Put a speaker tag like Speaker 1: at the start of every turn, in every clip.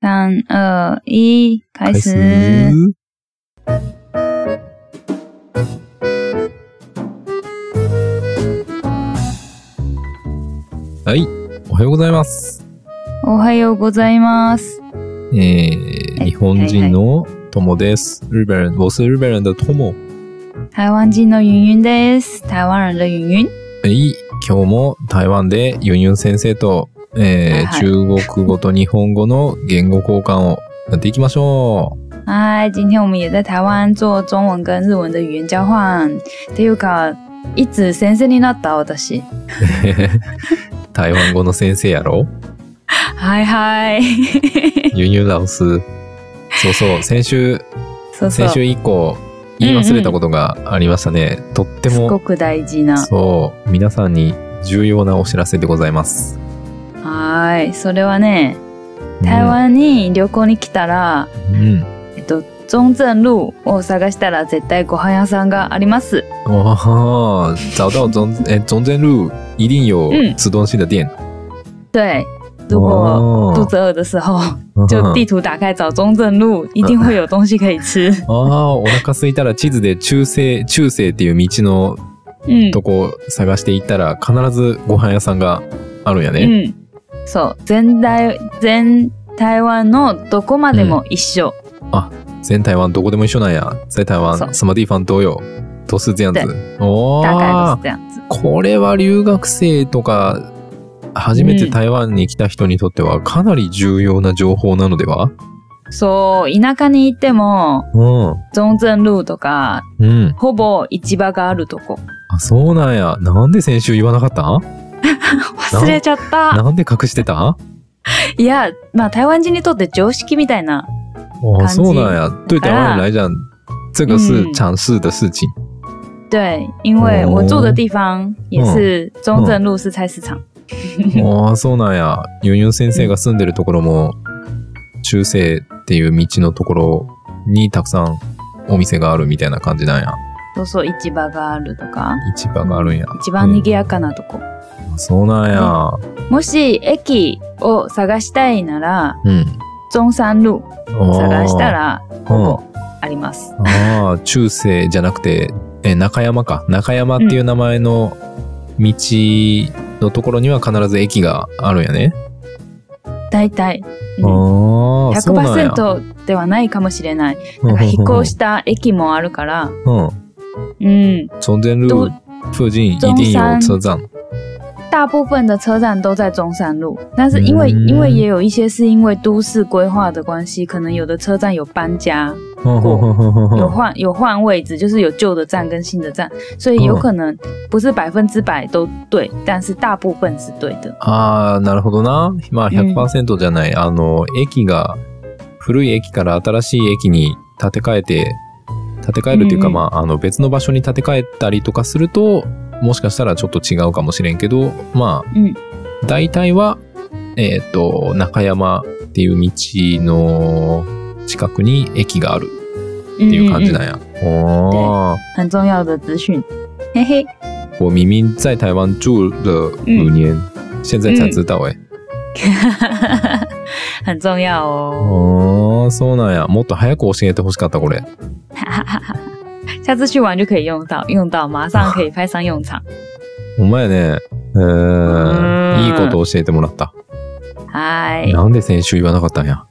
Speaker 1: 三、二、一、开始。
Speaker 2: はい、おはようございます。
Speaker 1: おはようございます。
Speaker 2: え
Speaker 1: は
Speaker 2: ー、
Speaker 1: い
Speaker 2: 日本人の友です。日本人，我是日本人的友。
Speaker 1: 台湾人の云云です。台湾人の云云。
Speaker 2: はい、今日も台湾でユンユン先生と、えー
Speaker 1: はい
Speaker 2: 中国語と日本語の言語交換をやっていきましょ う。
Speaker 1: はい、今天我们也在台湾做中文跟日文的语言交换。っていうか、いつ先生になった私。
Speaker 2: 台湾語の先生やろ
Speaker 1: はいはい。
Speaker 2: ユンユンラオス。そうそう、先週、
Speaker 1: そうそう。
Speaker 2: 先週
Speaker 1: す
Speaker 2: 以降、言い忘れたことがありましたね。とっても
Speaker 1: ごく大事な。
Speaker 2: そう、皆さんに重要なお知らせでございます。
Speaker 1: はい。それはね、台湾に旅行に来たら、
Speaker 2: うん。
Speaker 1: えっと、中正路を探したら絶対ご飯屋さんがあります。
Speaker 2: 哦，找到中哎中正路一定有
Speaker 1: 嗯
Speaker 2: 吃东西的店。
Speaker 1: 对，如果肚子饿的时候，就地图打开找中正路，一定会有东西可以吃。
Speaker 2: ああ、お腹空いたら地図で中世、中世っていう道の
Speaker 1: 嗯
Speaker 2: とこ探していったら必ずご飯屋さんがあるんやね。
Speaker 1: 嗯，そう全台全台湾のどこまでも一緒。
Speaker 2: 全台湾どこでも一緒なんや。在台湾
Speaker 1: そう
Speaker 2: 什么地方都有。都是这样子
Speaker 1: 对。
Speaker 2: お
Speaker 1: 大概都
Speaker 2: ー
Speaker 1: 是这样子。
Speaker 2: これは留学生とか初めて台湾に来た人にとってはかなり重要な情報なのでは
Speaker 1: そう田舎に行っても
Speaker 2: う
Speaker 1: 中正路とか
Speaker 2: ん。うん。
Speaker 1: ほぼ市場があると こ。
Speaker 2: あ、そうなんや。なんで先週言わなかった
Speaker 1: 忘れちゃった。
Speaker 2: なんで隠してた
Speaker 1: いや、まあ台湾人にとって常識みたいな。
Speaker 2: あ、
Speaker 1: 感じ
Speaker 2: そうなんや。对台湾人来讲，这个是
Speaker 1: 嗯
Speaker 2: 常试的事 情。
Speaker 1: 对，因为我住的地方也是中正路是菜市场。
Speaker 2: あ、そうなんや。ユンユン先生が住んでるところも、中世っていう道のところにたくさんお店があるみたいな感じなんや。
Speaker 1: そうそう、市場があるとか、
Speaker 2: 市場があるんや。
Speaker 1: 一番賑やかなとこ。
Speaker 2: あそうなんや。
Speaker 1: もし駅を探したいなら、
Speaker 2: うん。
Speaker 1: 中山路
Speaker 2: あー
Speaker 1: 探した。ら
Speaker 2: うん。
Speaker 1: あります。
Speaker 2: ああ、中世じゃなくて、え、中山か。中山っていう名前の道のところには必ず駅があるんやね。
Speaker 1: 大体。うん
Speaker 2: ああ、そうなんや。
Speaker 1: 100%ではないかもしれない。
Speaker 2: う
Speaker 1: な
Speaker 2: んうんん
Speaker 1: か
Speaker 2: うん
Speaker 1: 飛行した駅もあるから、
Speaker 2: 嗯，
Speaker 1: うん。
Speaker 2: 中正路
Speaker 1: 都
Speaker 2: 附近一定有车站。
Speaker 1: 大部分的车站都在中山路，但是因为、
Speaker 2: 嗯
Speaker 1: 因为也有一些是因为都市规划的关系，可能有的车站有搬家，
Speaker 2: 哼哼哼哼哼
Speaker 1: 有
Speaker 2: 哼
Speaker 1: 换有换位置，就是有旧的站跟新的站，所以有可能不是百分之百都对，但是大部分是对的。
Speaker 2: ああ、なるほどな。まあ
Speaker 1: うん
Speaker 2: 100%じゃない。あの、駅が、古い駅から新しい駅に建て替えて、建て替えるという
Speaker 1: うん
Speaker 2: か、
Speaker 1: うん
Speaker 2: まあ、あの、別の場所に建て替えたりとかすると、もしかしたらちょっと違うかもしれんけど、まあ、
Speaker 1: うん
Speaker 2: 大体は、えっ、と、中山っていう道の近くに駅がある
Speaker 1: って
Speaker 2: っていう感じなんや。おー。
Speaker 1: 很重要的资讯， 嘿嘿。
Speaker 2: 我明明在台湾住了五年，现在才知道哎、
Speaker 1: 很重要哦，
Speaker 2: 哦、そうなんや。もっと早く教えてほしかったこれ。
Speaker 1: 下次去玩就可以用到，用到马上可以派上用场。
Speaker 2: お前ね、
Speaker 1: う
Speaker 2: え
Speaker 1: ん
Speaker 2: ー、いいこと教えてもらった。嗯
Speaker 1: 嗨，
Speaker 2: なんで先週言わなかったんや。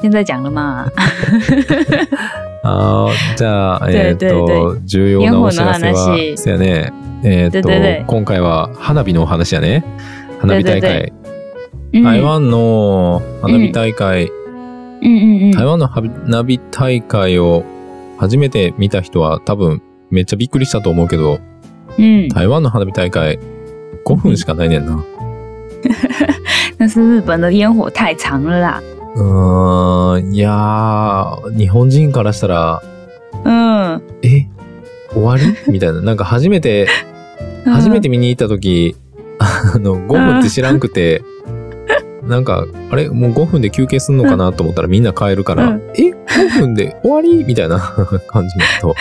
Speaker 1: 现在讲了嘛？
Speaker 2: あーじゃ あ、えっ、
Speaker 1: 对对
Speaker 2: と、重要なお知らせ
Speaker 1: 炎
Speaker 2: は
Speaker 1: の話、
Speaker 2: そうやね、えっ、
Speaker 1: 对
Speaker 2: と
Speaker 1: 对对
Speaker 2: 今回は花火のお話やね。花火大会。
Speaker 1: 对对嗯
Speaker 2: 台湾の花火大会、
Speaker 1: 嗯嗯嗯
Speaker 2: 台湾の花火大会を初めて見た人は多分めっちゃびっくりしたと思うけど、
Speaker 1: 嗯，
Speaker 2: 台湾の花火大会5分しかないねんな。
Speaker 1: 但是日本的烟火太长了啦。
Speaker 2: うーん、いやー、日本人からしたら、
Speaker 1: 嗯，
Speaker 2: え終わりみたいな。なんか初めて、
Speaker 1: 嗯
Speaker 2: 初めて見に行った時、あの、5分って知らんくて、なんか、あれもう5分で休憩すんのかなと思ったらみんな帰るから、
Speaker 1: うん
Speaker 2: え ?5 分で終わりみたいな 感じの人。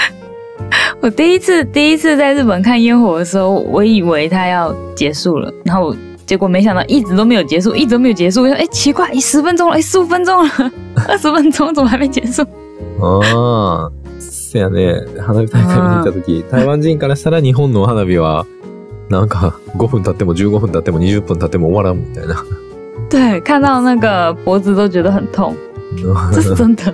Speaker 1: 我第一次第一次在日本看烟火的时候，我以为它要结束了，然后我结果没想到一直都没有结束，一直都没有结束。我说，哎，奇怪，十分钟了，哎，十五分钟了， 二十分钟怎么还没结束？
Speaker 2: ああ、せやね、花火大会見に行った時、台湾人からしたら日本の花火は、なんか5分経っても15分経っても20分経っても終わらんみたいな。
Speaker 1: 对，看到那个脖子都觉得很痛，这是真的。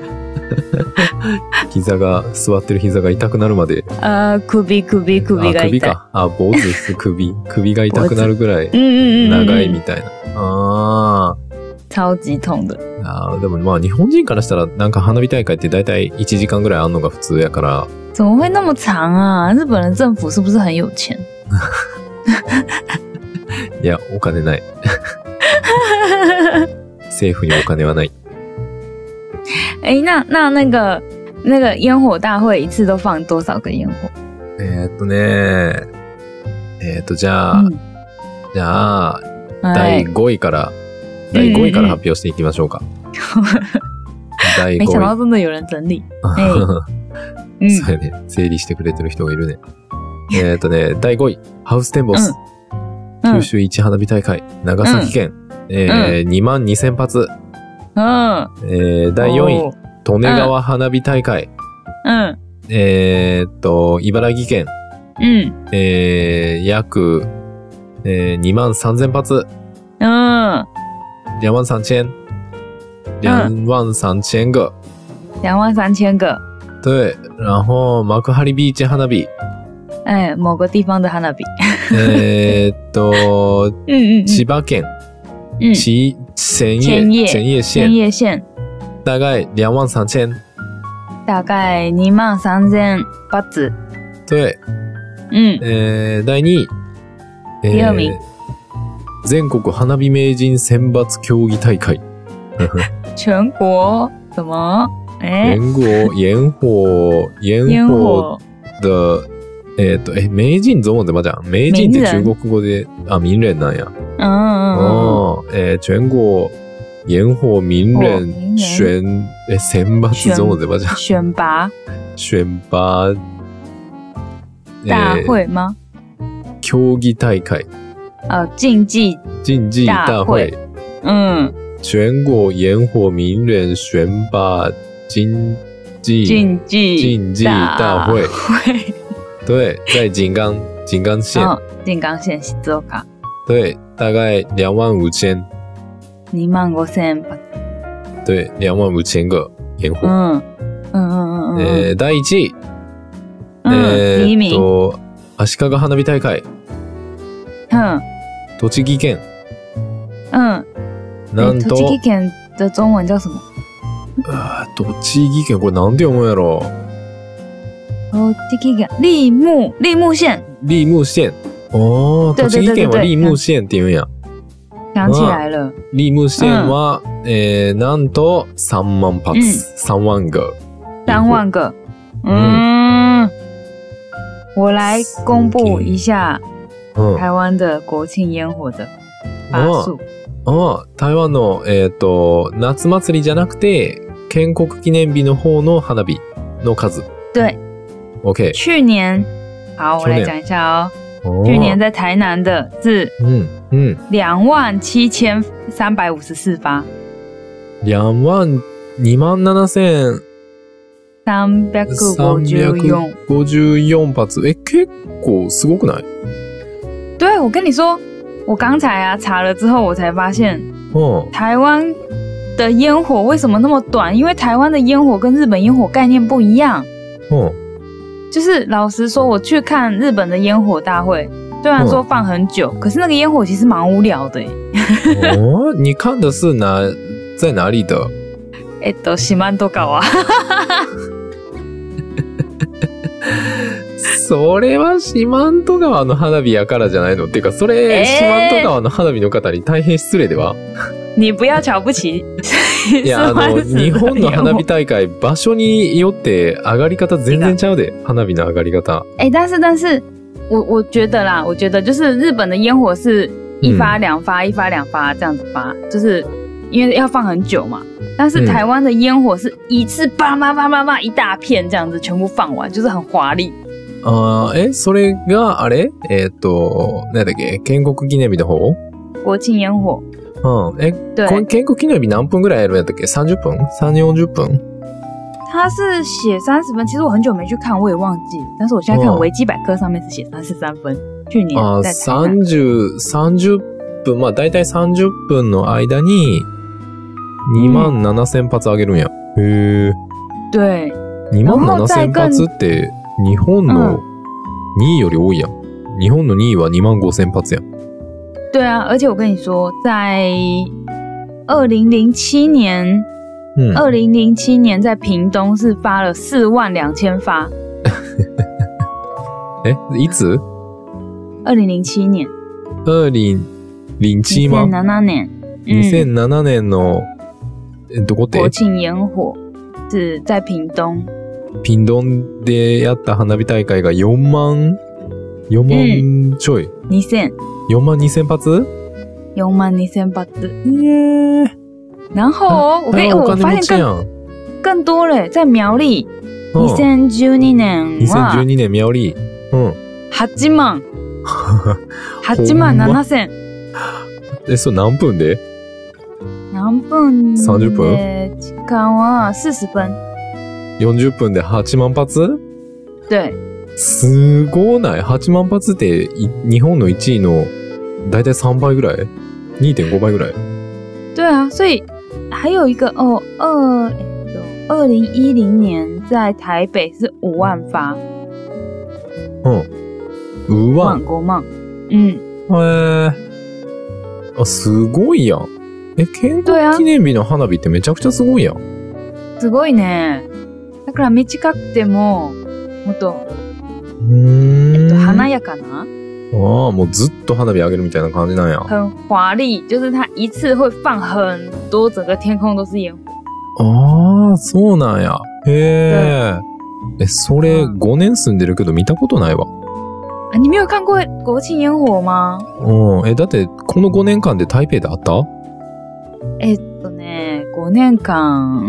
Speaker 2: 膝が、座ってる膝が痛くなるまで。
Speaker 1: 呃，首首首が
Speaker 2: あ、
Speaker 1: 痛
Speaker 2: 首
Speaker 1: い。
Speaker 2: か。あ、坊 主、首。首が痛くなるぐらい
Speaker 1: 嗯嗯嗯嗯，
Speaker 2: 長い
Speaker 1: 嗯
Speaker 2: みたいな。あ
Speaker 1: 超级痛的。
Speaker 2: ーあー、でもまあ日本人からしたらなんか花火大会って大体1時間ぐらいあんのが普通やから、
Speaker 1: 怎么会那么长啊？日本的政府是不是很有钱？
Speaker 2: いや、お金 ない。政府にお金はない。
Speaker 1: 哎、那那那个那个烟火大会一次都放多少个烟火？
Speaker 2: えー、っとねえー、っと、じゃあ、
Speaker 1: 嗯，
Speaker 2: じゃあ、
Speaker 1: 哎
Speaker 2: 第，5位から、第5位から発表していきましょうか。第 5
Speaker 1: 没想到
Speaker 2: 位。
Speaker 1: 真的有人整理。哎 嗯，
Speaker 2: そうやね。整理してくれてる人がいるね。えー、っとね、第5位、ハウステンボス、
Speaker 1: 嗯
Speaker 2: 九州一花火大会、長崎県、えー2万2000発。
Speaker 1: 嗯，
Speaker 2: えー、第4位、
Speaker 1: 哦
Speaker 2: 利根川花火大会、
Speaker 1: 嗯
Speaker 2: えー、っと、茨城県、
Speaker 1: 嗯
Speaker 2: えー、約、えー、2万3000発。
Speaker 1: 嗯，
Speaker 2: 2万3000。2万3000个。
Speaker 1: 两万三千个。
Speaker 2: 对，然后幕張ビーチ花火，
Speaker 1: 哎，某个地方的哈娜比。
Speaker 2: えーっと
Speaker 1: 嗯嗯
Speaker 2: 千葉県
Speaker 1: 嗯嗯，
Speaker 2: 千千
Speaker 1: 千
Speaker 2: 叶
Speaker 1: 葉
Speaker 2: 千叶
Speaker 1: 千
Speaker 2: 县
Speaker 1: 叶县
Speaker 2: 大概两万三千。
Speaker 1: 大概2万3000八子。
Speaker 2: 对，
Speaker 1: 嗯，
Speaker 2: えー、第二位，え
Speaker 1: 第二名
Speaker 2: 全国花火名人選抜競技大会，
Speaker 1: 全国怎么？哎，
Speaker 2: 全国烟火烟
Speaker 1: 烟
Speaker 2: 火
Speaker 1: 火
Speaker 2: 的，えーっとえ名人怎么怎么讲？名人って中国語であ名人なんや。
Speaker 1: 嗯嗯嗯
Speaker 2: 哦，诶，全国烟火名
Speaker 1: 哦名
Speaker 2: 人
Speaker 1: 人
Speaker 2: 选诶选拔之中，
Speaker 1: 选
Speaker 2: 我怎么讲
Speaker 1: 嗯，？选拔
Speaker 2: 选拔
Speaker 1: 大
Speaker 2: 诶
Speaker 1: 会吗？
Speaker 2: 競技大会
Speaker 1: 呃，竞技，
Speaker 2: 竞技大
Speaker 1: 大
Speaker 2: 会
Speaker 1: 会嗯，
Speaker 2: 全国烟火名人选拔竞技
Speaker 1: 竞技
Speaker 2: 竞技大会，
Speaker 1: 会，
Speaker 2: 对，在井冈井冈县，
Speaker 1: 嗯，静冈县静岡
Speaker 2: 对，大概两万五千，
Speaker 1: 2万5千八。
Speaker 2: 对，两万五千个烟火。
Speaker 1: 嗯嗯嗯嗯嗯
Speaker 2: 诶，第一位。
Speaker 1: 嗯，
Speaker 2: え
Speaker 1: 第一
Speaker 2: ーっ
Speaker 1: 名，
Speaker 2: と、足利花火大会、
Speaker 1: 嗯
Speaker 2: 栃木県、
Speaker 1: 嗯，
Speaker 2: な
Speaker 1: 诶
Speaker 2: ん
Speaker 1: 栃
Speaker 2: と、
Speaker 1: 木県的中文叫什么？
Speaker 2: あー栃木県、これなんて読むんやろ
Speaker 1: 栃木県哦立木立木县，
Speaker 2: リームシェン。おー、
Speaker 1: 对
Speaker 2: 栃
Speaker 1: 对
Speaker 2: 木県は
Speaker 1: 对对
Speaker 2: リームシェンって言うんや。
Speaker 1: 想起来了，
Speaker 2: リームシェンは、えー、なんと3万発、
Speaker 1: うん
Speaker 2: 3万個。
Speaker 1: 三万个。嗯，我来公布一下
Speaker 2: うん。あ
Speaker 1: 台湾的国庆烟火的发
Speaker 2: 哦
Speaker 1: 数。
Speaker 2: あ、台湾の、えーっと、夏祭りじゃなくて、建国記念日の方の花火の数。
Speaker 1: 对，
Speaker 2: OK。
Speaker 1: 去年，好，我
Speaker 2: 去
Speaker 1: 来
Speaker 2: 年
Speaker 1: 讲一下哦。
Speaker 2: おー
Speaker 1: 去年在台南的是
Speaker 2: うん、うん。
Speaker 1: 两万七千三百五十四发，
Speaker 2: 2万、2万7千、
Speaker 1: 三百五十用。
Speaker 2: 354発。え、結構すごくない
Speaker 1: 对，我跟你说，我刚才啊查了之后，我才发现
Speaker 2: うん。
Speaker 1: 台湾的烟火为什么那么短？因为台湾的烟火跟日本烟火概念不一样。
Speaker 2: うん。
Speaker 1: 就是老实说，我去看日本的烟火大会，虽然
Speaker 2: 嗯
Speaker 1: 说放很久，可是那个烟火其实蛮无聊的耶。
Speaker 2: おー你看的是哪、 在哪里的
Speaker 1: 哎，都喜欢多搞啊！
Speaker 2: それは四万十川の花火やからじゃないのっていうか、それ、
Speaker 1: えー
Speaker 2: 四万十川の花火の方に大変失礼では
Speaker 1: 你不要瞧不 起。
Speaker 2: いや、あの、日本の花火大会、場所によって上がり方全然ちゃうで。花火の上がり方。
Speaker 1: 哎、但是但是我我觉得啦，我觉得就是日本的烟火是一发两
Speaker 2: 嗯
Speaker 1: 发、一发两发这样子发，就是因为要放很久嘛。但是
Speaker 2: 嗯
Speaker 1: 台湾的烟火是一次叭叭叭叭叭一大片这样子全部放完，就是很华丽。
Speaker 2: あーえ、それが、あれえっ、と、なんだっけ建国記念日の方
Speaker 1: 国庆烟火。
Speaker 2: うん。え、
Speaker 1: 对，
Speaker 2: こ建国記念日何分ぐらいやるんやったっけ ?30 分 ?30、40分
Speaker 1: 他是写三十分，其实我很久没去看，我也忘记。但是我现在看
Speaker 2: 哦啊
Speaker 1: 维基百科上面是写三十三分，去年
Speaker 2: あー、
Speaker 1: 在台南。
Speaker 2: 30、30分、まあ大体30分の間に2万7千発あげるんや。へえ。
Speaker 1: 对，
Speaker 2: 2万7
Speaker 1: 再
Speaker 2: 千
Speaker 1: 更
Speaker 2: 発って日本の2位より多いやん。日本の2位は2万5千発やん。
Speaker 1: 对啊，而且我跟你说，在二零零七年，
Speaker 2: うん。
Speaker 1: 二零零七年在屏东是发了四万两千发，
Speaker 2: え、いつ
Speaker 1: 二零零七年，
Speaker 2: 二零零七万
Speaker 1: 七年，嗯，
Speaker 2: 2007年の、えどこって
Speaker 1: 国庆烟火是在屏东，
Speaker 2: ピンドンでやった花火大会が4万、4万ちょい。
Speaker 1: 你线
Speaker 2: 4万2千発
Speaker 1: 有吗？你线八
Speaker 2: ええ。
Speaker 1: 然后哦，我跟
Speaker 2: 台
Speaker 1: 你，
Speaker 2: 湾お
Speaker 1: 我发
Speaker 2: 金持
Speaker 1: 现
Speaker 2: ちや
Speaker 1: 更
Speaker 2: ん。
Speaker 1: 更多嘞，在苗栗，
Speaker 2: うん
Speaker 1: 你线 Juni 年哇，
Speaker 2: 2012年、ミャオリうん。
Speaker 1: 八万，八
Speaker 2: ほん
Speaker 1: 万
Speaker 2: ま
Speaker 1: 七千。
Speaker 2: え、それ何分で
Speaker 1: 何分
Speaker 2: 30分
Speaker 1: で時間は40分。啊
Speaker 2: ?40 分で8万発
Speaker 1: 对。
Speaker 2: すごない ?8 万発ってい日本の1位のだいたい3倍ぐらい ?2.5 倍ぐらい
Speaker 1: 对啊，所以还有一个哦，二哎二零一零年在台北是五万发
Speaker 2: うわ。
Speaker 1: 万国梦，嗯，
Speaker 2: へえ。あ、すごいやん。え、建
Speaker 1: 对
Speaker 2: 国
Speaker 1: 啊
Speaker 2: 記念日の花火ってめちゃくちゃすごいやん。
Speaker 1: すごいね。だから短くてももっと
Speaker 2: う
Speaker 1: えっ
Speaker 2: ー
Speaker 1: と
Speaker 2: ん。
Speaker 1: 華やかな、
Speaker 2: ああ、もうずっと花火上げるみたいな感じなんや。あ
Speaker 1: 很华丽，就是它一次会放很多，整个天空都是烟火。
Speaker 2: あ、そうなんや。へえ。え、それ
Speaker 1: うん
Speaker 2: 5年住んでるけど見たことないわ。
Speaker 1: 啊，你没有看过国庆烟火吗？
Speaker 2: うん。え、だってこの5年間で台北であった
Speaker 1: えっとね、5年間。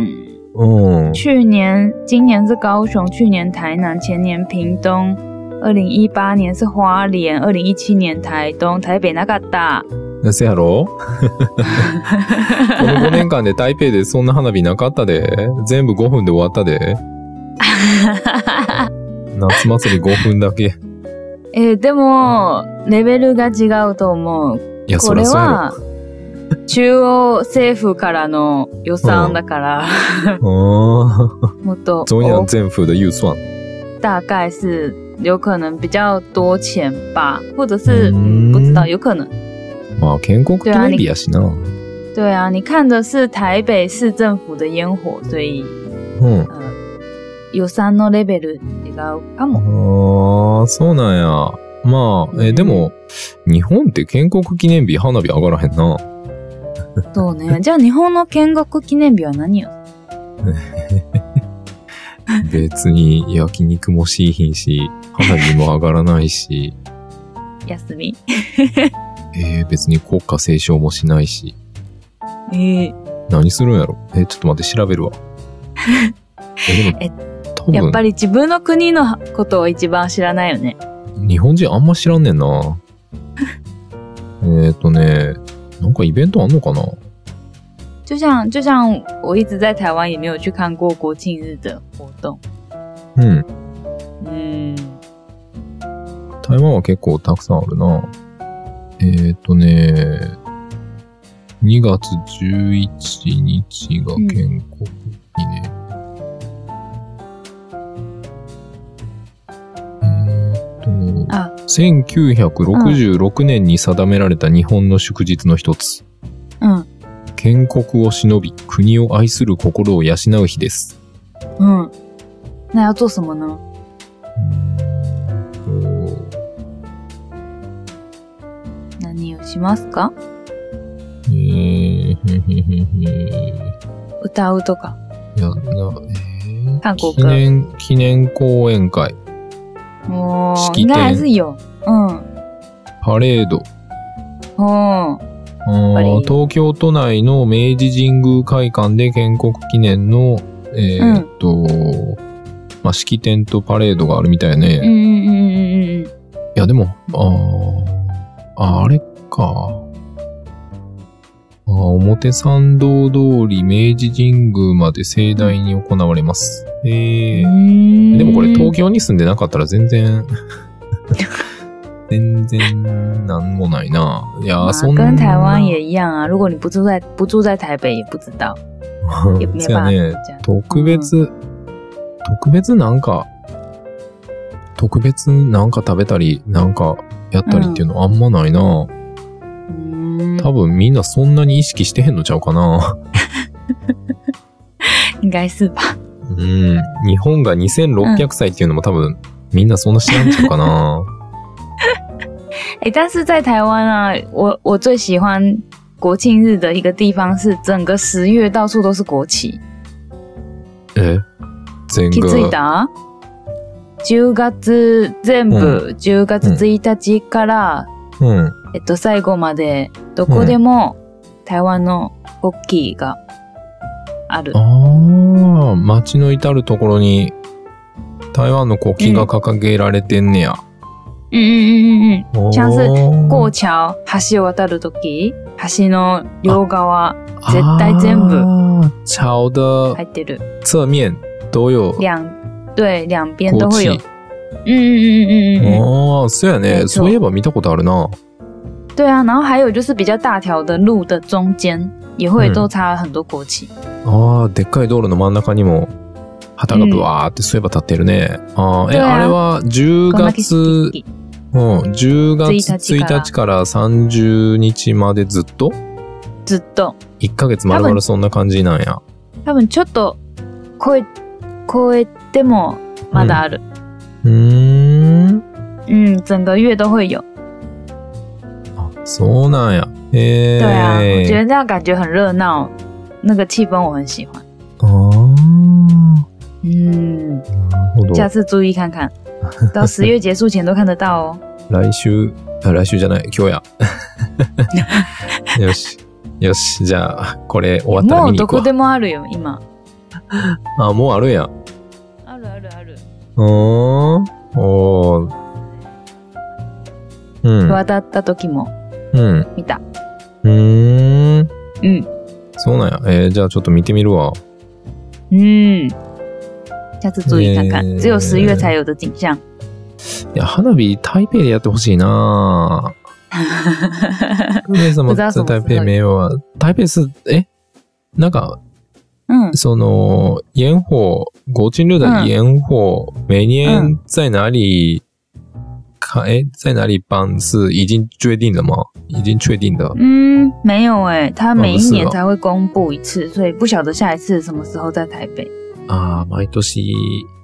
Speaker 2: うん。
Speaker 1: 去年、今年是高雄，去年台南，前年屏东，二零一八年是花莲，二零一七年台东、台北那个大。
Speaker 2: せ やろこの5年間で台北でそんな花火なかったで。全部5分で終わったで。夏祭り5分だけ。
Speaker 1: えーでもレベルが違うと思う。
Speaker 2: いや、
Speaker 1: こ
Speaker 2: そり
Speaker 1: れ
Speaker 2: ゃそうや
Speaker 1: は中央政府からの予算だから、
Speaker 2: ろ。うん。
Speaker 1: もっと
Speaker 2: 中央政府的预算。
Speaker 1: 大概是有可能比较多钱吧，或者是
Speaker 2: 嗯
Speaker 1: 嗯不知道，有可能。
Speaker 2: まあ、建国記念日やしな。う
Speaker 1: 对啊，你看的是台北市政府的烟火，所以。
Speaker 2: ん。
Speaker 1: 予算のレベル違うかも。
Speaker 2: ああ、そうなんや。まあ、え、でも、日本って建国記念日花火上がらへん な。
Speaker 1: そうね。じゃあ日本の建国記念日は何よ
Speaker 2: 別に焼肉もしいひんし、花火も上がらないし。
Speaker 1: 休み
Speaker 2: えー、別に国歌斉唱もしないし。
Speaker 1: え
Speaker 2: 何するんやろえー、ちょっと待って、調べるわ。え、で
Speaker 1: え
Speaker 2: も、多
Speaker 1: やっぱ
Speaker 2: 分、
Speaker 1: り自分の国のことを一番知らないよね。
Speaker 2: 日本人あんま知らんね んな。えっとね、なんかイベントあんのかな
Speaker 1: 就像就像我一直在台湾也没有去看过国庆日的活动。
Speaker 2: うん。
Speaker 1: 嗯，
Speaker 2: 台湾は結構たくさんあるな。えっ、とね、2月11日が建国記念。えっと
Speaker 1: あ
Speaker 2: 1966年に定められた日本の祝日の一つ、
Speaker 1: うん
Speaker 2: 建国を忍び国を愛する心を養う日です。
Speaker 1: 嗯。那要做什么呢？何をしますか？
Speaker 2: えー、ふんふんふんふん
Speaker 1: 歌うとか。
Speaker 2: いや、な、えー
Speaker 1: 韓国
Speaker 2: 記念、記念講演会、
Speaker 1: 哦
Speaker 2: 式，典
Speaker 1: 应该还是有。嗯，
Speaker 2: パレード、
Speaker 1: 哦，
Speaker 2: あ
Speaker 1: ぱり
Speaker 2: ー東京都内の明治神宮会館で建国記念の、えーっと、まあ、式典とパレードがあるみたいね。
Speaker 1: 嗯
Speaker 2: い
Speaker 1: 嗯嗯嗯嗯嗯。
Speaker 2: や、でも、あーあ、あれか。あー表参道通り明治神宮まで盛大に行われます。えー、で
Speaker 1: で
Speaker 2: もこれ東京に住んでなかったら 全然、全然なんもないな。いやー、
Speaker 1: ま
Speaker 2: そん
Speaker 1: あ、
Speaker 2: な。
Speaker 1: 跟台湾 也一样啊。如果你不住在不住在台北，也不知道，也没
Speaker 2: そや
Speaker 1: 办法
Speaker 2: ね
Speaker 1: 这样。
Speaker 2: 特別、特別なんか、特別なんか食べたり、なんかやったりっていうのあんまないな。
Speaker 1: 嗯，
Speaker 2: 多分みんなそんなに意識してへんのちゃうかな。
Speaker 1: 应该是吧。
Speaker 2: うん。日本が2600歳っていうのも多分みんなそんな知らんちゃうかな。
Speaker 1: 哎、但是在台湾啊，我我最喜欢国庆日的一个地方是整个十月到处都是国旗。
Speaker 2: え全
Speaker 1: 気
Speaker 2: 部。
Speaker 1: づいた ?10 月全部、
Speaker 2: う
Speaker 1: 10月1日から、
Speaker 2: うん。
Speaker 1: えっと、最後まで、どこでも台湾の国旗がある。
Speaker 2: ああ、街の至るところに台湾の国旗が掲げられてんねや。
Speaker 1: うんうんうんうん。
Speaker 2: おー
Speaker 1: チャンス過橋、橋を渡るとき、橋の両側絶対全部
Speaker 2: あー桥的
Speaker 1: 入ってる。
Speaker 2: 侧面都有。
Speaker 1: 两、对、两边都会有
Speaker 2: 国。
Speaker 1: 嗯嗯嗯嗯嗯嗯。
Speaker 2: ああ、そうや
Speaker 1: 没
Speaker 2: ね。
Speaker 1: 错
Speaker 2: そういえば見たことあるな。
Speaker 1: 对啊，然后还有就是比较大条的路的中间也会
Speaker 2: 嗯
Speaker 1: 都插很多国旗。
Speaker 2: ああ、でっかい道路の真ん中にも旗がブワーってそういえば立ってるね。ああ、え、
Speaker 1: そうや
Speaker 2: あれは10
Speaker 1: こんな景色好
Speaker 2: 月、
Speaker 1: き
Speaker 2: うん、10月
Speaker 1: 1
Speaker 2: 1日から30日までずっと
Speaker 1: ずっと。
Speaker 2: 1ヶ月まるまるそんな感じなんや。
Speaker 1: 多分ちょっと超え超えてもまだある。
Speaker 2: うーん。
Speaker 1: 嗯，整个月都会有。
Speaker 2: あそうなんや。ええ
Speaker 1: 对啊，我觉得这样感觉很热闹，那个气氛我很喜欢。
Speaker 2: あー
Speaker 1: 嗯，
Speaker 2: なるほど。
Speaker 1: 下次注意看看，到十月结束前都看得到哦。
Speaker 2: 来週、あ来週じゃない、今日や。よし。よし。じゃあ、これ終わったら
Speaker 1: も
Speaker 2: 見
Speaker 1: う
Speaker 2: に行
Speaker 1: ど
Speaker 2: く
Speaker 1: こ
Speaker 2: わ。
Speaker 1: でもあるよ今。
Speaker 2: あ、もうあるんや。
Speaker 1: あるあるある。
Speaker 2: うーん。おー。うん。
Speaker 1: 渡った時も
Speaker 2: うん。
Speaker 1: 見た。
Speaker 2: うーん。
Speaker 1: うん
Speaker 2: そうなんや。えーじゃあちょっと見てみるわ。
Speaker 1: 嗯，下次注意看看
Speaker 2: 耶，
Speaker 1: 只有十月才有的景象。
Speaker 2: いや、花火、台北でやってほしいな 为什么
Speaker 1: 不知道什
Speaker 2: 在
Speaker 1: 么
Speaker 2: 台
Speaker 1: 时
Speaker 2: 北
Speaker 1: 候
Speaker 2: 没有啊？台北是哎，なんか
Speaker 1: 嗯
Speaker 2: その烟火，国庆日的
Speaker 1: 嗯
Speaker 2: 烟火，每年在哪里看？哎，在哪里办是已经决定了吗？已经确定的。
Speaker 1: 嗯，没有哎、他每一
Speaker 2: 哦
Speaker 1: 年
Speaker 2: 不是哦
Speaker 1: 才会公布一次，所以不晓得下一次什么时候在台北。
Speaker 2: ああ、毎年、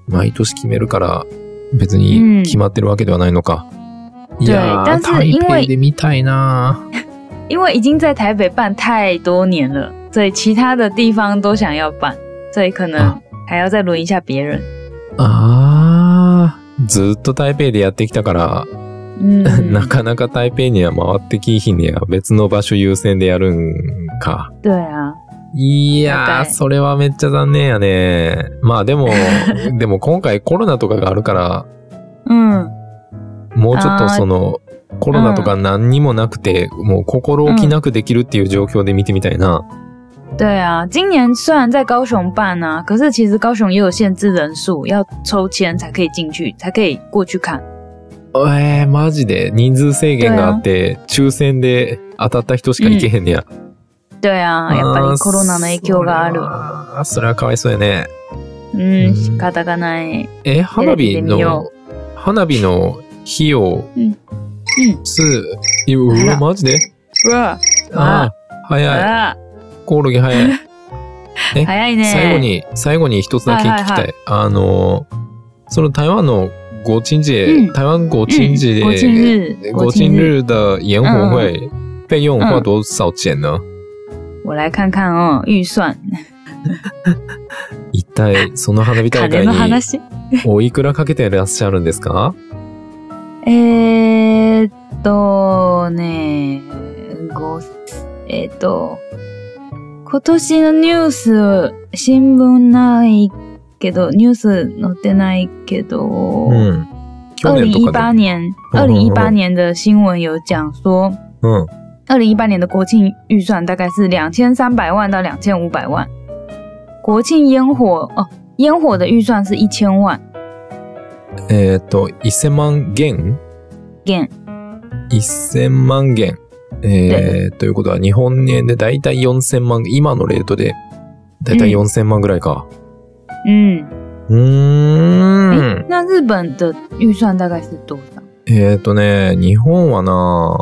Speaker 2: 毎年決めるから、別に決まってるわけではないのか。い
Speaker 1: 对
Speaker 2: やー、
Speaker 1: 但是
Speaker 2: 台
Speaker 1: 因为
Speaker 2: 北で見たいなー
Speaker 1: 因为已经在台北办太多年了，所以其他的地方都想要办，所以可能
Speaker 2: 啊
Speaker 1: 还要再轮一下别 人。
Speaker 2: あー、ずっと台北でやってきたから、
Speaker 1: 嗯，
Speaker 2: なかなか台北には回ってきいひんねや。別の場所優先でやるんか。
Speaker 1: 对啊，了
Speaker 2: いやー、
Speaker 1: 解
Speaker 2: それはめっちゃ残念やね。まあでも、でも今回コロナとかがあるから、
Speaker 1: 嗯，
Speaker 2: もうちょっとその、コロナとか何にもなくて、もう心置きなくできるっていう状況で見てみたいな。
Speaker 1: 对啊。今年虽然在高雄办啊，可是其实高雄也有限制人数，要抽签才可以进去，才可以过去看。
Speaker 2: えー、マジで人数制限があって、抽選で当たった人しか行けへんねや。
Speaker 1: 对啊，やっぱりコロナの影響がある。
Speaker 2: あーそれはかわいそうやね。
Speaker 1: 嗯
Speaker 2: 嗯，
Speaker 1: 仕方がない。
Speaker 2: え、花
Speaker 1: テレ
Speaker 2: 火
Speaker 1: ビで見
Speaker 2: の
Speaker 1: よ、
Speaker 2: 花火の費用、
Speaker 1: うんうん
Speaker 2: す、いう
Speaker 1: あ
Speaker 2: わ、
Speaker 1: ら
Speaker 2: マジで
Speaker 1: うわ、
Speaker 2: ああ、早い。
Speaker 1: あ
Speaker 2: コオロギ早い。え
Speaker 1: 早いね。
Speaker 2: 最後に、最後に一つだけ聞きた
Speaker 1: は
Speaker 2: い。
Speaker 1: いはいは
Speaker 2: あの、その台湾の国庆节、
Speaker 1: うん
Speaker 2: 台湾国
Speaker 1: 嗯
Speaker 2: 庆节、
Speaker 1: 国庆日，
Speaker 2: 国庆日的烟火会、费用花多少钱呢？
Speaker 1: 我来看看哦，预算，
Speaker 2: 一体その花火 大
Speaker 1: 金
Speaker 2: 会
Speaker 1: の
Speaker 2: に
Speaker 1: 話。
Speaker 2: おいくらかけていらっしゃるんですか？
Speaker 1: えーっとね、ご、えーっと、今年のニュース、新聞ないけど、ニュース載ってないけど、
Speaker 2: うん。去
Speaker 1: 二零
Speaker 2: 年と
Speaker 1: 一
Speaker 2: か
Speaker 1: 八
Speaker 2: で。
Speaker 1: 年，
Speaker 2: 嗯
Speaker 1: 二
Speaker 2: 嗯
Speaker 1: 零一
Speaker 2: 嗯
Speaker 1: 八年的新闻有讲说，
Speaker 2: うん。
Speaker 1: 二零一八年的国庆预算大概是两千三百万到两千五百万，国庆烟火哦，烟火的预算是一千万
Speaker 2: えーっと、1000万元
Speaker 1: yen，
Speaker 2: 1000万元。えー、ということは日本円でだいたい4000万、今のレートでだいたい4000万ぐらいか。
Speaker 1: 嗯，
Speaker 2: うーん。
Speaker 1: 诶那日本的预算大概是多少？
Speaker 2: えー、とね、日本はな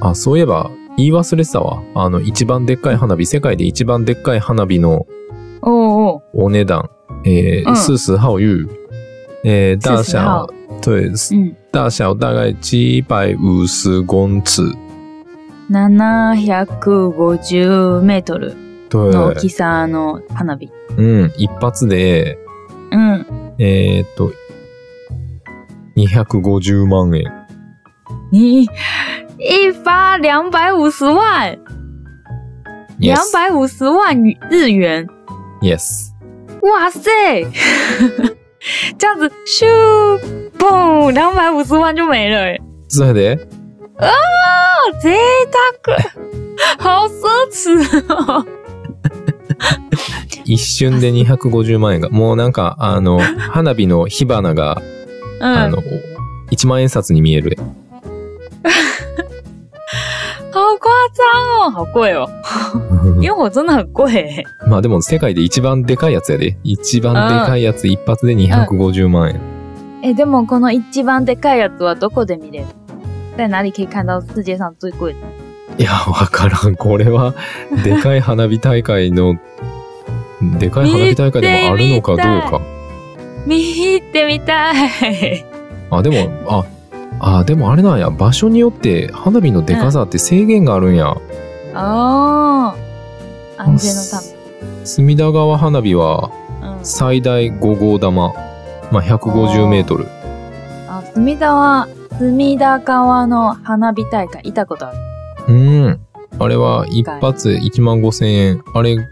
Speaker 2: あ、そういえば、言い忘れてたわ。あの、一番でっかい花火、世界で一番でっかい花火の
Speaker 1: 哦哦，
Speaker 2: お値段、え
Speaker 1: う
Speaker 2: ー、
Speaker 1: ん
Speaker 2: 四十号ユー。えー、大
Speaker 1: 40号，
Speaker 2: 小对，
Speaker 1: 嗯，
Speaker 2: 大小大概七百五十公尺。
Speaker 1: 七百五十メートル
Speaker 2: 对，
Speaker 1: の大きさの花火。
Speaker 2: うん、一発で、
Speaker 1: 嗯，
Speaker 2: えー、っと、250万円。
Speaker 1: 你一发两百五十万，两百五十万日元。
Speaker 2: Yes.
Speaker 1: 哇塞， 这样子咻嘣，两百五十万就没了耶！
Speaker 2: それで、
Speaker 1: 啊，这大个， 好奢侈哦！
Speaker 2: 一瞬で250万円が、もうなんか、あの、花火の火花が、あ
Speaker 1: 嗯
Speaker 2: の、、一万円札に見える。
Speaker 1: 好夸张哦，好贵哦，烟火真的很贵耶。
Speaker 2: まあでも世界で一番でかいやつやで。一番でかいやつ一発で250万円。
Speaker 1: 哎、でもこの一番でかいやつはどこで見れる？在哪里可以看到世界上最贵的？
Speaker 2: いや、わからん。これ は、でかい花火大会の、でかい花火大会でもあるのかどうか。
Speaker 1: 見てみたい。
Speaker 2: あ、でも、あ、あ、でもあれなんや。場所によって花火のでかさって制限があるんや。
Speaker 1: 哦，安全のため。
Speaker 2: 隅田川花火は
Speaker 1: 嗯，
Speaker 2: 最大5号玉。まあ150メートル。
Speaker 1: あ、隅田は、隅田川の花火大会、いたことある。
Speaker 2: うん。あれは一発1万5千円。あれ、
Speaker 1: うん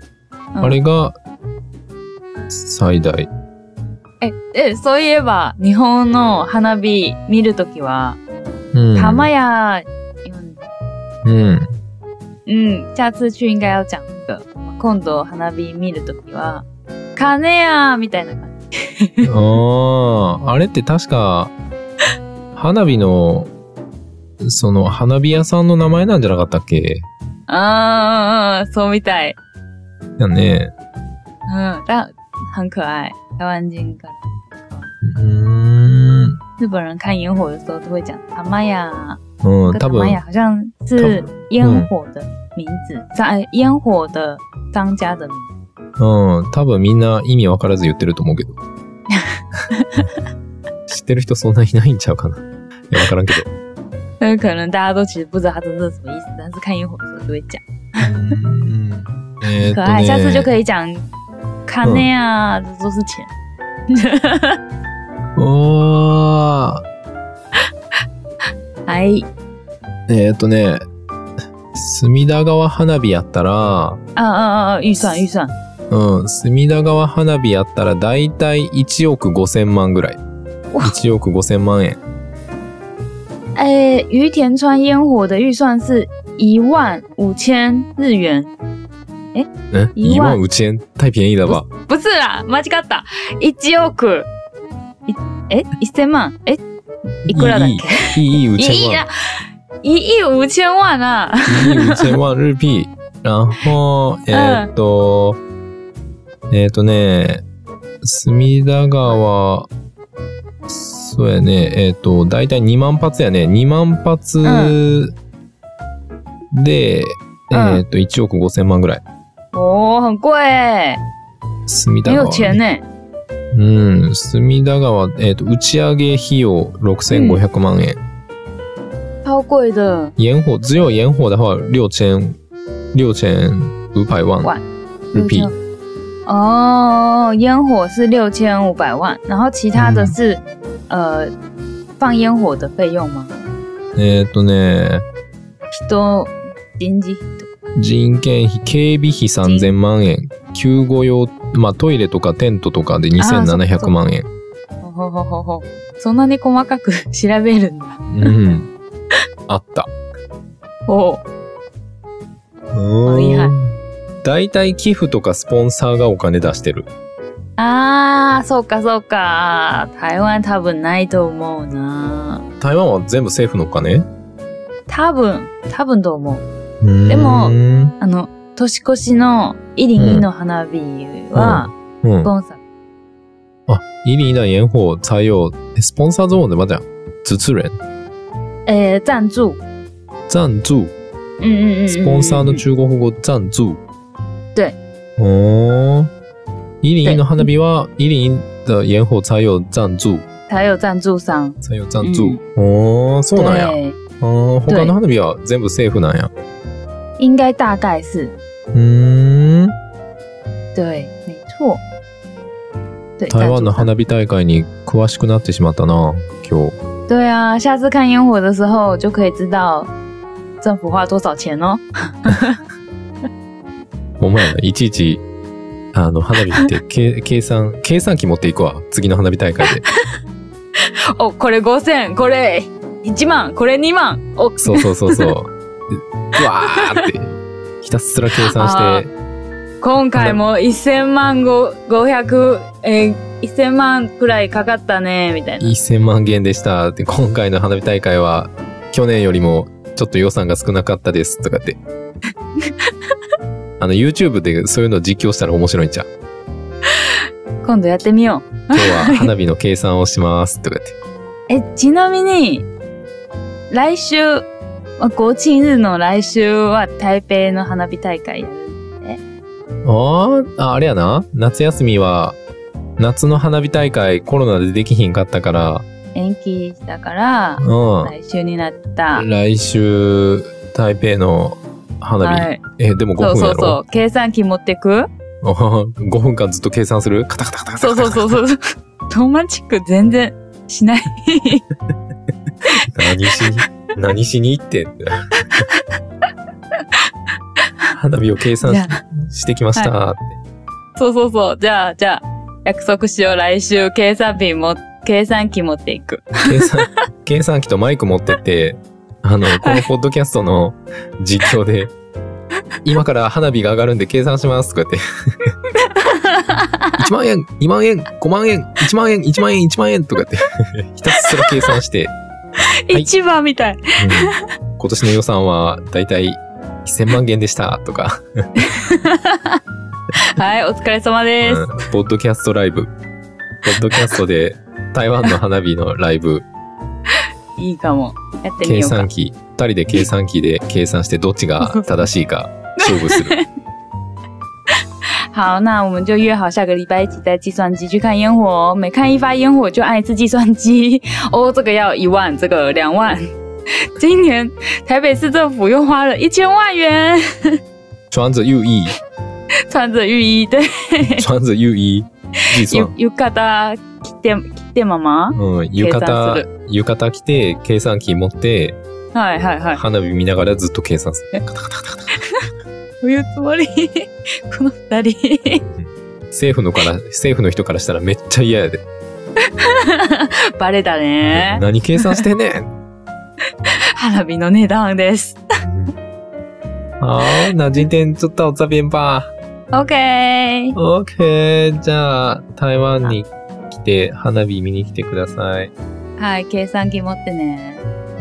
Speaker 2: あれが最大。
Speaker 1: え、え、そういえば、日本の花火見るときは、
Speaker 2: うん。
Speaker 1: 玉屋、うん、
Speaker 2: うん。
Speaker 1: うん、下次去应该要讲这个。今度花火見るときは、金屋みたいな感じ。
Speaker 2: ああ、あれって確か、花火の、その花火屋さんの名前なんじゃなかったっけ
Speaker 1: あー、そうみたい。
Speaker 2: だね。
Speaker 1: うん、だ、嗯很可愛。台湾人から。
Speaker 2: うーん。
Speaker 1: 日本人看烟火的时候都会讲玉屋。
Speaker 2: うん、
Speaker 1: 跟
Speaker 2: 多
Speaker 1: 塔玛
Speaker 2: 分
Speaker 1: 雅、好像是烟火的名字，商、呃烟火的商家的名字。
Speaker 2: うん、多分みんな意味わからず言ってると思 うけど。知ってる人そんないないんちゃうかな。いや、わからんけど。
Speaker 1: 但是可能大家都其实不知道它真正什么意思，但是看烟火的时候就会讲。
Speaker 2: うんえーっ
Speaker 1: 可
Speaker 2: と
Speaker 1: 爱，
Speaker 2: ね
Speaker 1: 下次就可以讲卡内啊，这都是钱。
Speaker 2: おー
Speaker 1: 哎，
Speaker 2: えーっとね、隅田川花火やったら、
Speaker 1: 嗯嗯嗯嗯，预算预算，
Speaker 2: うん、隅田川花火やったらだいたい1億5千万ぐらい。
Speaker 1: わ
Speaker 2: 1億5千万円。
Speaker 1: 哎，于田川烟火的预算是一万五千日元，
Speaker 2: え
Speaker 1: 一
Speaker 2: 2
Speaker 1: 万
Speaker 2: 万5千円。太便宜だわ。
Speaker 1: 不是啦，間違った。一億、いえ、一千万、え、いくらだっけ？
Speaker 2: いい、いい、5千
Speaker 1: 一亿
Speaker 2: 万
Speaker 1: 啊。，一亿五千万 啊！
Speaker 2: いい、5千万ルピー。然后、えーっと、えーっとね、隅田川、そうやね、えーっと、だいたい2万発やね。2万発で、
Speaker 1: うん
Speaker 2: えーっと、1億5千万ぐらい。
Speaker 1: 哦，很贵哎，
Speaker 2: 隅田
Speaker 1: 很
Speaker 2: 川、
Speaker 1: 有钱呢。
Speaker 2: うん、隅田川、えっ、と、打ち上げ費用6500万円。
Speaker 1: 超贵的。
Speaker 2: 延火、只有延火的话、6000、6500万
Speaker 1: 万。
Speaker 2: ルピー。
Speaker 1: 哦，烟火是六千五百万，然后其他的是、呃放烟火的费用吗？
Speaker 2: えっ、とね、
Speaker 1: 都经济
Speaker 2: 人件費、警備費3000万円。救護用、まあ、トイレとかテントとかで2700万円。
Speaker 1: ほほほほほ。そんなに 細かく調べるんだ。
Speaker 2: うん。あった。
Speaker 1: お
Speaker 2: う
Speaker 1: いは
Speaker 2: ーん。大体寄付とかスポンサーがお金出してる。
Speaker 1: あー、そうかそうか。台湾多分ないと思うな。
Speaker 2: 台湾は全部政府のお金
Speaker 1: 多分、多分と思う。
Speaker 2: で
Speaker 1: も
Speaker 2: うん。
Speaker 1: あの、年越しのイリギの花火は、スポンサー。
Speaker 2: あ、一零一的烟火才有スポンサーゾーンでまた主持人
Speaker 1: えー、赞助。
Speaker 2: 赞助
Speaker 1: うんうんうんうん。
Speaker 2: スポンサーの中国語赞助。
Speaker 1: 对。
Speaker 2: おー。一零一の花火は一零一的烟火才有赞助，
Speaker 1: 才有赞助商。
Speaker 2: 才有赞助。おー、そうなんや。
Speaker 1: 对
Speaker 2: おー、他の花火は全部政府なんや。
Speaker 1: 应该大概是。
Speaker 2: うーん。
Speaker 1: 对，没错。对，
Speaker 2: 台湾の
Speaker 1: 赞助商
Speaker 2: 花火大会に詳しくなってしまったな、今日。
Speaker 1: 对啊，下次看烟火的时候就可以知道政府花多少钱哦。
Speaker 2: お前 らいちいち、あの、花火ってけ計算、計算機持っていくわ。次の花火大会で。
Speaker 1: 哦，これ五千，これ一万、これ二万。哦，
Speaker 2: そうそうそうそう。うわーって、ひたすら計算
Speaker 1: あ
Speaker 2: して、
Speaker 1: 今回も一千万五五百え一千万くらいかかったねみたいな。
Speaker 2: 1000万円でした。で、今回の花火大会は、去年よりも、ちょっと予算が少なかったです。とかって。あの、YouTube でそういうの実況したら面白いんちゃう
Speaker 1: 今度やってみよう。
Speaker 2: 今日は花火の計算をします。とかって。
Speaker 1: えちなみに来週。まあ国庆日の来週は台北の花火大会やる
Speaker 2: あーあ、あれやな。夏休みは、夏の花火大会コロナでできひんかったから、
Speaker 1: 延期したから、
Speaker 2: う
Speaker 1: 来週になった
Speaker 2: ん。。来週、台北の花火。
Speaker 1: はい。
Speaker 2: え、でも5
Speaker 1: そう
Speaker 2: 分
Speaker 1: そ
Speaker 2: や
Speaker 1: うそ
Speaker 2: ろ
Speaker 1: う。計算機持ってく
Speaker 2: ?5 分間ずっと計算するカタカタカタカタ
Speaker 1: そうそうそう そう。トマチック全然しない。
Speaker 2: 何しに、何しに行ってんだ花火を計算
Speaker 1: じ
Speaker 2: し
Speaker 1: ゃあ、
Speaker 2: してきました、
Speaker 1: そうそうそう。じゃあ、じゃあ、約束しよう。来週、計算機も、計算機持っていく。
Speaker 2: 計算、計算機とマイク持ってって、あの、このポッドキャストの実況で、今から花火が上がるんで計算しますとかって。1万円、2万円、5万円、1万円、1万円、1万円とかって、ひたすら計算して、い
Speaker 1: 一番みたい。
Speaker 2: うん今年の予算はだいたい1000万円でしたとか、
Speaker 1: はい、お疲れ様
Speaker 2: う
Speaker 1: で
Speaker 2: ん
Speaker 1: す。
Speaker 2: ポッドキャストライブ、ポッドキャストで台湾の花火のライブ、
Speaker 1: いいかも。やってみ
Speaker 2: 計
Speaker 1: ようか
Speaker 2: 算。機2人で計算機で計算してどっちが正しいか勝負 する
Speaker 1: 好，那我们就约好下个礼拜一起在计算机去看烟火哦。每看一发烟火就按一次计算机 哦，这个要一万，这个两万。 今年台北市政府又花了一千万元，
Speaker 2: 穿着浴衣
Speaker 1: 穿着浴衣，对，
Speaker 2: 穿着浴衣计算
Speaker 1: 浴浴衣着て着てまま。
Speaker 2: うん、浴
Speaker 1: 計算す
Speaker 2: 衣、浴衣着て、計算機持って、
Speaker 1: はいはいはい。
Speaker 2: 花火見ながらずっと計算する。
Speaker 1: どういうつもり？ この二人
Speaker 2: 政府のから、政府の人からしたらめっちゃ嫌やで。
Speaker 1: バレたね。
Speaker 2: 何計算してん ねん
Speaker 1: 花火の値段です。
Speaker 2: 好，那今天就到这边吧。
Speaker 1: OK，
Speaker 2: OK，じゃあ台湾に来て花火見に来てください。
Speaker 1: はい、計算機持ってね。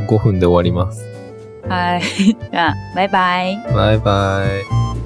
Speaker 2: 5分で終わります。
Speaker 1: 啊はい、じゃあバイバイ。
Speaker 2: バイバイ。